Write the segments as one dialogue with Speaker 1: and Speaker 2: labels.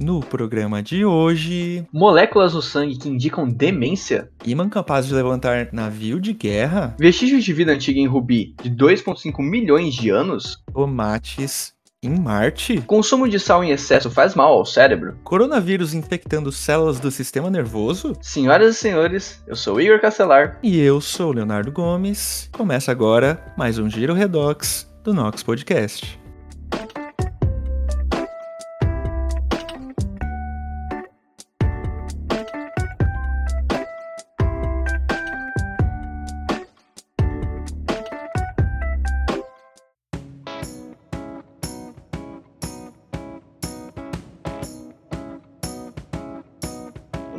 Speaker 1: No programa de hoje,
Speaker 2: Moléculas no sangue que indicam demência?
Speaker 1: imã capaz de levantar navio de guerra,
Speaker 2: Vestígios de vida antiga em Rubi de 2,5 milhões de anos?
Speaker 1: tomates em Marte,
Speaker 2: Consumo de sal em excesso faz mal ao cérebro?
Speaker 1: coronavírus infectando células do sistema nervoso.
Speaker 2: Senhoras e senhores, eu sou Igor Castelar.
Speaker 1: E eu sou o Leonardo Gomes. Começa agora mais um Giro Redox do Nox Podcast.
Speaker 3: O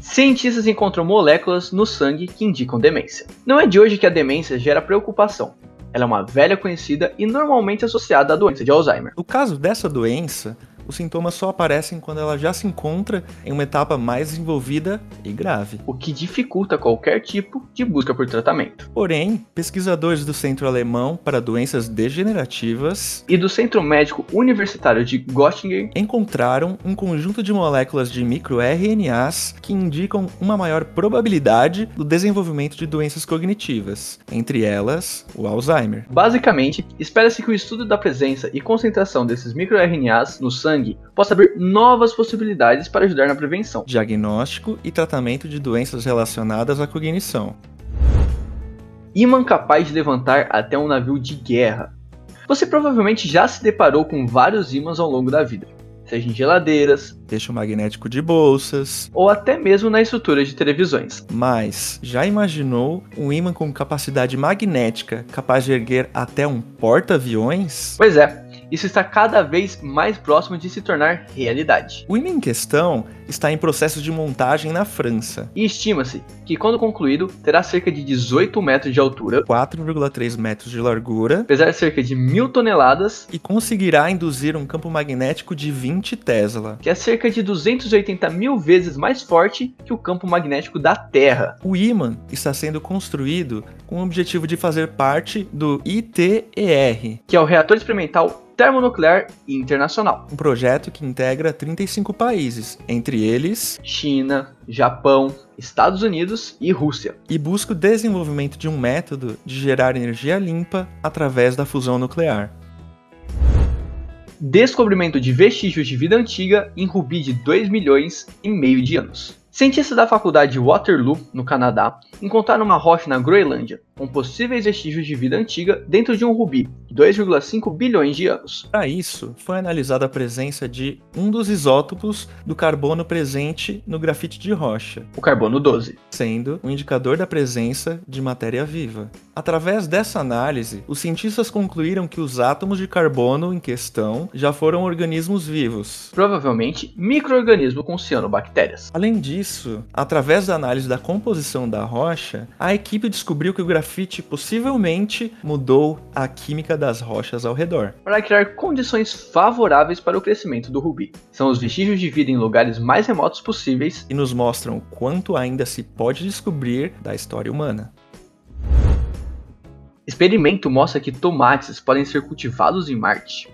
Speaker 2: Cientistas encontram moléculas no sangue que indicam demência. Não é de hoje que a demência gera preocupação. Ela é uma velha conhecida e normalmente associada à doença de Alzheimer.
Speaker 1: No caso dessa doença, os sintomas só aparecem quando ela já se encontra em uma etapa mais envolvida e grave.
Speaker 2: O que dificulta qualquer tipo de busca por tratamento.
Speaker 1: Porém, pesquisadores do Centro Alemão para Doenças Degenerativas
Speaker 2: E do Centro Médico Universitário de Göttingen,
Speaker 1: encontraram um conjunto de moléculas de microRNAs que indicam uma maior probabilidade do desenvolvimento de doenças cognitivas, entre elas o Alzheimer.
Speaker 2: Basicamente, espera-se que o estudo da presença e concentração desses microRNAs no sangue possa abrir novas possibilidades para ajudar na prevenção.
Speaker 1: Diagnóstico e tratamento de doenças relacionadas à cognição.
Speaker 2: Imã capaz de levantar até um navio de guerra. Você provavelmente já se deparou com vários ímãs ao longo da vida, seja em geladeiras
Speaker 1: Deixa magnético de bolsas.
Speaker 2: ou até mesmo na estrutura de televisões.
Speaker 1: Mas já imaginou um ímã com capacidade magnética capaz de erguer até um porta-aviões?
Speaker 2: Pois é, isso está cada vez mais próximo de se tornar realidade.
Speaker 1: O imã em questão está em processo de montagem na França,
Speaker 2: E estima-se que, quando concluído, terá cerca de 18 metros de altura,
Speaker 1: 4,3 metros de largura
Speaker 2: pesar cerca de mil toneladas
Speaker 1: e conseguirá induzir um campo magnético de 20 Tesla.
Speaker 2: que é cerca de 280 mil vezes mais forte que o campo magnético da Terra.
Speaker 1: O ímã está sendo construído com o objetivo de fazer parte do ITER,
Speaker 2: Que é o reator experimental termonuclear internacional.
Speaker 1: um projeto que integra 35 países, entre eles,
Speaker 2: China, Japão, Estados Unidos e Rússia.
Speaker 1: e busca o desenvolvimento de um método de gerar energia limpa através da fusão nuclear.
Speaker 2: Descobrimento de vestígios de vida antiga em Rubi de 2 milhões e meio de anos. Cientistas da faculdade de Waterloo, no Canadá, encontraram uma rocha na Groenlândia com possíveis vestígios de vida antiga dentro de um rubi, 2,5 bilhões de anos.
Speaker 1: Para isso, foi analisada a presença de um dos isótopos do carbono presente no grafite de rocha,
Speaker 2: O carbono 12.
Speaker 1: sendo um indicador da presença de matéria viva. Através dessa análise, os cientistas concluíram que os átomos de carbono em questão já foram organismos vivos.
Speaker 2: Provavelmente microorganismo com cianobactérias.
Speaker 1: Além disso, através da análise da composição da rocha, a equipe descobriu que o grafite possivelmente mudou a química das rochas ao redor.
Speaker 2: para criar condições favoráveis para o crescimento do rubi. São os vestígios de vida em lugares mais remotos possíveis.
Speaker 1: E nos mostram o quanto ainda se pode descobrir da história humana.
Speaker 2: Experimento mostra que tomates podem ser cultivados em Marte.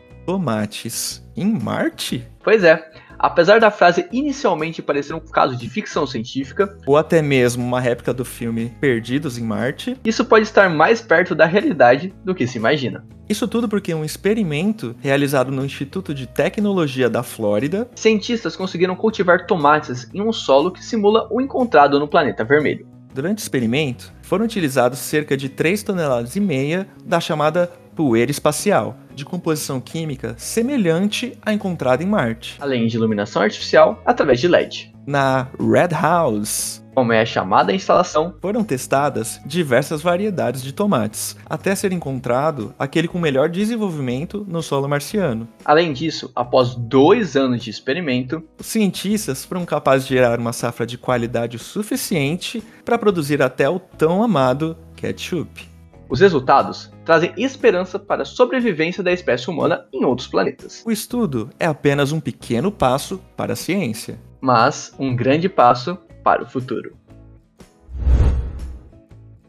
Speaker 1: Tomates em Marte?
Speaker 2: Pois é, apesar da frase inicialmente parecer um caso de ficção científica,
Speaker 1: Ou até mesmo uma réplica do filme Perdidos em Marte?
Speaker 2: isso pode estar mais perto da realidade do que se imagina.
Speaker 1: Isso tudo porque um experimento realizado no Instituto de Tecnologia da Flórida
Speaker 2: Cientistas conseguiram cultivar tomates em um solo que simula o encontrado no planeta vermelho.
Speaker 1: Durante o experimento, foram utilizados cerca de 3 toneladas e meia da chamada poeira espacial, de composição química semelhante à encontrada em Marte.
Speaker 2: Além de iluminação artificial através de LED.
Speaker 1: na Red House.
Speaker 2: Como é chamada a instalação,
Speaker 1: Foram testadas diversas variedades de tomates, até ser encontrado aquele com melhor desenvolvimento no solo marciano.
Speaker 2: além disso, após dois anos de experimento,
Speaker 1: Os cientistas foram capazes de gerar uma safra de qualidade o suficiente para produzir até o tão amado ketchup.
Speaker 2: os resultados trazem esperança para a sobrevivência da espécie humana em outros planetas.
Speaker 1: O estudo é apenas um pequeno passo para a ciência.
Speaker 2: Mas um grande passo para o futuro.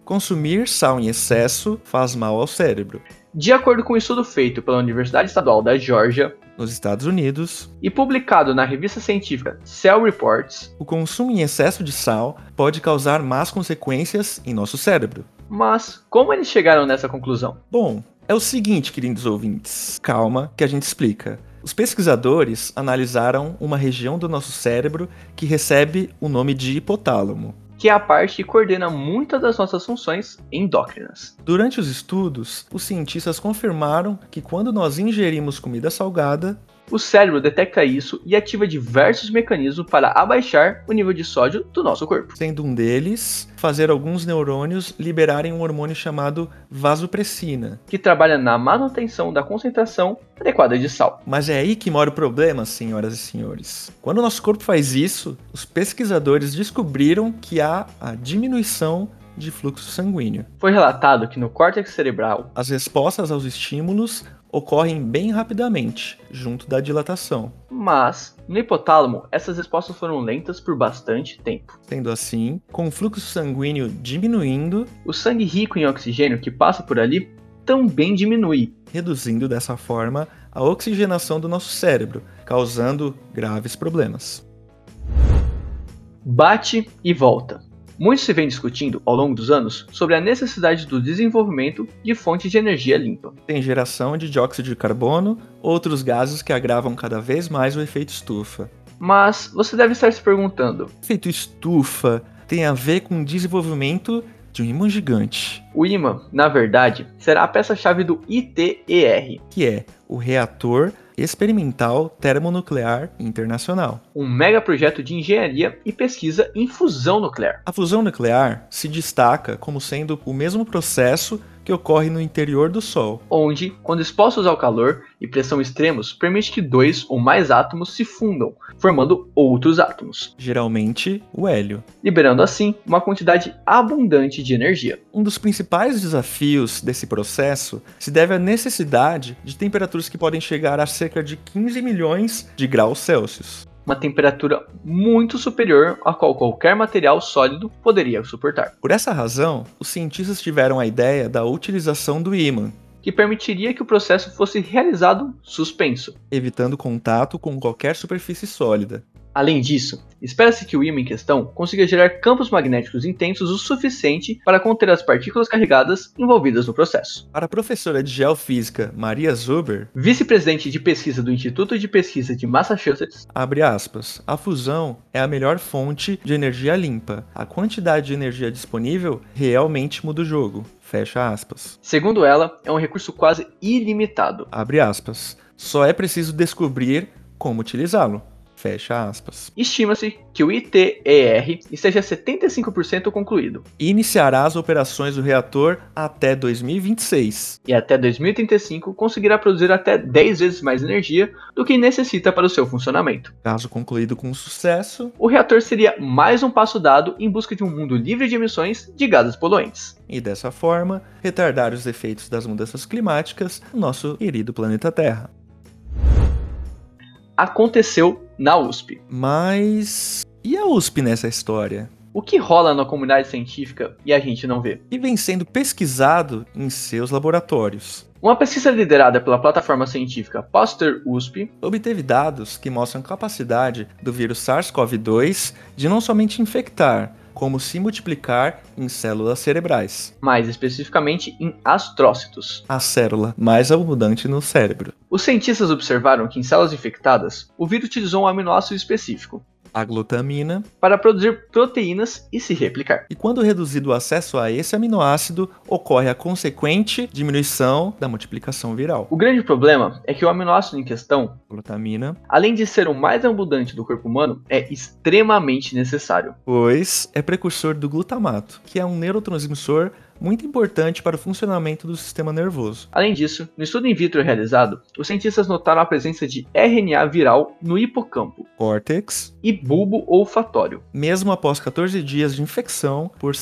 Speaker 1: Consumir sal em excesso faz mal ao cérebro.
Speaker 2: De acordo com um estudo feito pela Universidade Estadual da Geórgia
Speaker 1: Nos Estados Unidos,
Speaker 2: e publicado na revista científica Cell Reports,
Speaker 1: o consumo em excesso de sal pode causar más consequências em nosso cérebro.
Speaker 2: mas como eles chegaram nessa conclusão?
Speaker 1: Bom, é o seguinte, queridos ouvintes. Calma, que a gente explica. Os pesquisadores analisaram uma região do nosso cérebro que recebe o nome de hipotálamo.
Speaker 2: Que é a parte que coordena muitas das nossas funções endócrinas.
Speaker 1: Durante os estudos, os cientistas confirmaram que quando nós ingerimos comida salgada,
Speaker 2: O cérebro detecta isso e ativa diversos mecanismos para abaixar o nível de sódio do nosso corpo.
Speaker 1: sendo um deles, fazer alguns neurônios liberarem um hormônio chamado vasopressina.
Speaker 2: que trabalha na manutenção da concentração adequada de sal.
Speaker 1: Mas é aí que mora o problema, senhoras e senhores. Quando o nosso corpo faz isso, os pesquisadores descobriram que há a diminuição de fluxo sanguíneo.
Speaker 2: Foi relatado que no córtex cerebral,
Speaker 1: As respostas aos estímulos ocorrem bem rapidamente, junto da dilatação.
Speaker 2: mas no hipotálamo essas respostas foram lentas por bastante tempo.
Speaker 1: Sendo assim, com o fluxo sanguíneo diminuindo,
Speaker 2: O sangue rico em oxigênio que passa por ali também diminui.
Speaker 1: reduzindo dessa forma a oxigenação do nosso cérebro, causando graves problemas.
Speaker 2: Bate e volta. Muito se vem discutindo ao longo dos anos sobre a necessidade do desenvolvimento de fontes de energia limpa.
Speaker 1: Tem geração de dióxido de carbono, outros gases que agravam cada vez mais o efeito estufa.
Speaker 2: Mas você deve estar se perguntando:
Speaker 1: Efeito estufa tem a ver com o desenvolvimento de um ímã gigante,
Speaker 2: o ímã, na verdade, será a peça-chave do ITER,
Speaker 1: que é o Reator Experimental Termonuclear Internacional.
Speaker 2: um megaprojeto de engenharia e pesquisa em fusão nuclear.
Speaker 1: A fusão nuclear se destaca como sendo o mesmo processo que ocorre no interior do Sol.
Speaker 2: onde, quando expostos ao calor e pressão extremos, permite que dois ou mais átomos se fundam, formando outros átomos,
Speaker 1: geralmente o hélio.
Speaker 2: liberando assim uma quantidade abundante de energia.
Speaker 1: Um dos principais desafios desse processo se deve à necessidade de temperaturas que podem chegar a cerca de 15 milhões de graus Celsius.
Speaker 2: Uma temperatura muito superior a qual qualquer material sólido poderia suportar,
Speaker 1: Por essa razão, os cientistas tiveram a ideia da utilização do ímã,
Speaker 2: que permitiria que o processo fosse realizado suspenso.
Speaker 1: evitando contato com qualquer superfície sólida.
Speaker 2: Além disso, espera-se que o ímã em questão consiga gerar campos magnéticos intensos o suficiente para conter as partículas carregadas envolvidas no processo.
Speaker 1: Para a professora de geofísica Maria Zuber,
Speaker 2: Vice-presidente de pesquisa do Instituto de Pesquisa de Massachusetts,
Speaker 1: abre aspas, a fusão é a melhor fonte de energia limpa. A quantidade de energia disponível realmente muda o jogo. Fecha aspas.
Speaker 2: Segundo ela, é um recurso quase ilimitado.
Speaker 1: abre aspas, só é preciso descobrir como utilizá-lo, fecha aspas.
Speaker 2: Estima-se que o ITER esteja 75% concluído,
Speaker 1: E iniciará as operações do reator até 2026.
Speaker 2: e até 2035 conseguirá produzir até 10 vezes mais energia do que necessita para o seu funcionamento.
Speaker 1: Caso concluído com sucesso,
Speaker 2: O reator seria mais um passo dado em busca de um mundo livre de emissões de gases poluentes.
Speaker 1: e dessa forma retardar os efeitos das mudanças climáticas no nosso querido planeta Terra.
Speaker 2: Aconteceu na USP.
Speaker 1: Mas e a USP nessa história?
Speaker 2: O que rola na comunidade científica e a gente não vê?
Speaker 1: E vem sendo pesquisado em seus laboratórios.
Speaker 2: Uma pesquisa liderada pela plataforma científica Pasteur USP
Speaker 1: Obteve dados que mostram a capacidade do vírus SARS-CoV-2 de não somente infectar, como se multiplicar em células cerebrais,
Speaker 2: mais especificamente em astrócitos.
Speaker 1: a célula mais abundante no cérebro.
Speaker 2: Os cientistas observaram que em células infectadas, o vírus utilizou um aminoácido específico,
Speaker 1: a glutamina,
Speaker 2: para produzir proteínas e se replicar.
Speaker 1: e quando reduzido o acesso a esse aminoácido, ocorre a consequente diminuição da multiplicação viral.
Speaker 2: O grande problema é que o aminoácido em questão,
Speaker 1: Glutamina,
Speaker 2: além de ser o mais abundante do corpo humano, é extremamente necessário.
Speaker 1: pois é precursor do glutamato, que é um neurotransmissor muito importante para o funcionamento do sistema nervoso.
Speaker 2: Além disso, no estudo in vitro realizado, os cientistas notaram a presença de RNA viral no hipocampo
Speaker 1: Córtex,
Speaker 2: e bulbo olfatório.
Speaker 1: mesmo após 14 dias de infecção por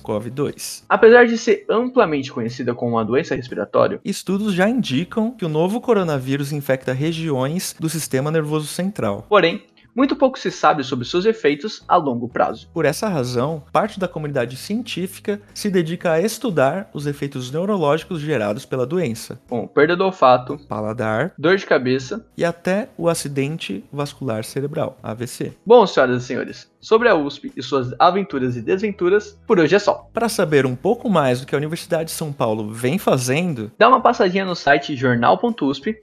Speaker 1: SARS-CoV-2.
Speaker 2: Apesar de ser amplamente conhecida como uma doença respiratória,
Speaker 1: Estudos já indicam que o novo coronavírus infecta regiões do sistema nervoso central.
Speaker 2: porém, muito pouco se sabe sobre seus efeitos a longo prazo.
Speaker 1: Por essa razão, parte da comunidade científica se dedica a estudar os efeitos neurológicos gerados pela doença,
Speaker 2: como perda do olfato,
Speaker 1: paladar
Speaker 2: dor de cabeça.
Speaker 1: e até o acidente vascular cerebral, AVC.
Speaker 2: Bom, senhoras e senhores, sobre a USP e suas aventuras e desventuras, por hoje é só.
Speaker 1: Para saber um pouco mais do que a Universidade de São Paulo vem fazendo,
Speaker 2: Dá uma passadinha no site jornal.usp.br.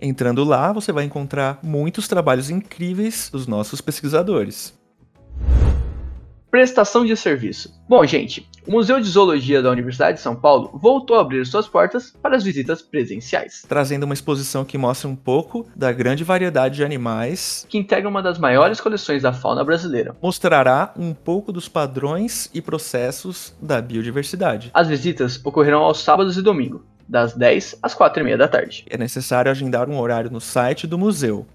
Speaker 1: entrando lá você vai encontrar muitos trabalhos incríveis dos nossos pesquisadores.
Speaker 2: Prestação de serviço. Bom, gente, o Museu de Zoologia da Universidade de São Paulo voltou a abrir suas portas para as visitas presenciais,
Speaker 1: trazendo uma exposição que mostra um pouco da grande variedade de animais,
Speaker 2: que integra uma das maiores coleções da fauna brasileira.
Speaker 1: mostrará um pouco dos padrões e processos da biodiversidade.
Speaker 2: As visitas ocorrerão aos sábados e domingo, das 10 às 4 e meia da tarde.
Speaker 1: É necessário agendar um horário no site do museu,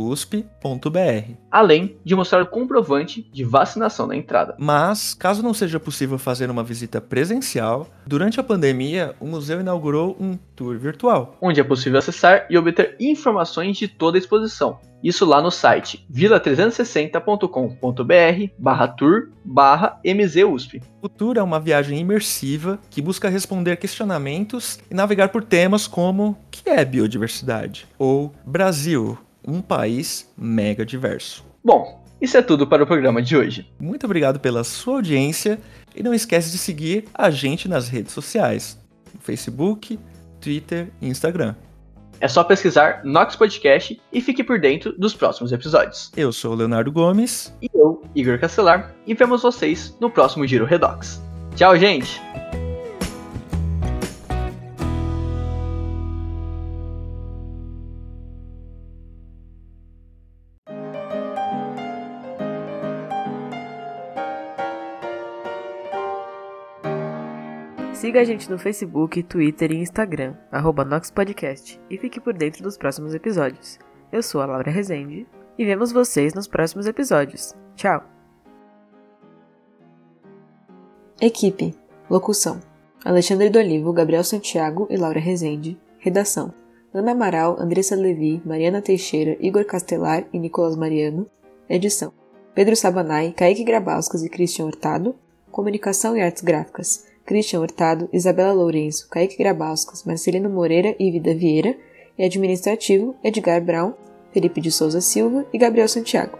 Speaker 1: mz.usp.br.
Speaker 2: além de mostrar o comprovante de vacinação na entrada.
Speaker 1: Mas, caso não seja possível fazer uma visita presencial, durante a pandemia, o museu inaugurou um tour virtual.
Speaker 2: onde é possível acessar e obter informações de toda a exposição. Isso lá no site vila360.com.br barra tour barra mzusp.
Speaker 1: O tour é uma viagem imersiva que busca responder questionamentos e navegar por temas como o que é biodiversidade? Ou Brasil, um país mega diverso.
Speaker 2: Bom, isso é tudo para o programa de hoje.
Speaker 1: Muito obrigado pela sua audiência e não esquece de seguir a gente nas redes sociais, no Facebook, Twitter e Instagram.
Speaker 2: É só pesquisar Nox Podcast e fique por dentro dos próximos episódios.
Speaker 1: Eu sou o Leonardo Gomes.
Speaker 2: E eu, Igor Castelar, e vemos vocês no próximo Giro Redox. Tchau, gente!
Speaker 4: Siga a gente no Facebook, Twitter e Instagram, arroba Nox Podcast, e fique por dentro dos próximos episódios. Eu sou a Laura Rezende e vemos vocês nos próximos episódios. Tchau!
Speaker 5: Equipe. Locução. Alexandre do Olivo, Gabriel Santiago e Laura Rezende. Redação. Ana Amaral, Andressa Levi, Mariana Teixeira, Igor Castelar e Nicolas Mariano. Edição. Pedro Sabanai, Kaique Grabauskas e Christian Hurtado. Comunicação e Artes Gráficas. Christian Hurtado, Isabela Lourenço, Kaique Grabauskas, Marcelino Moreira e Vida Vieira. E administrativo, Edgar Brown, Felipe de Souza Silva e Gabriel Santiago.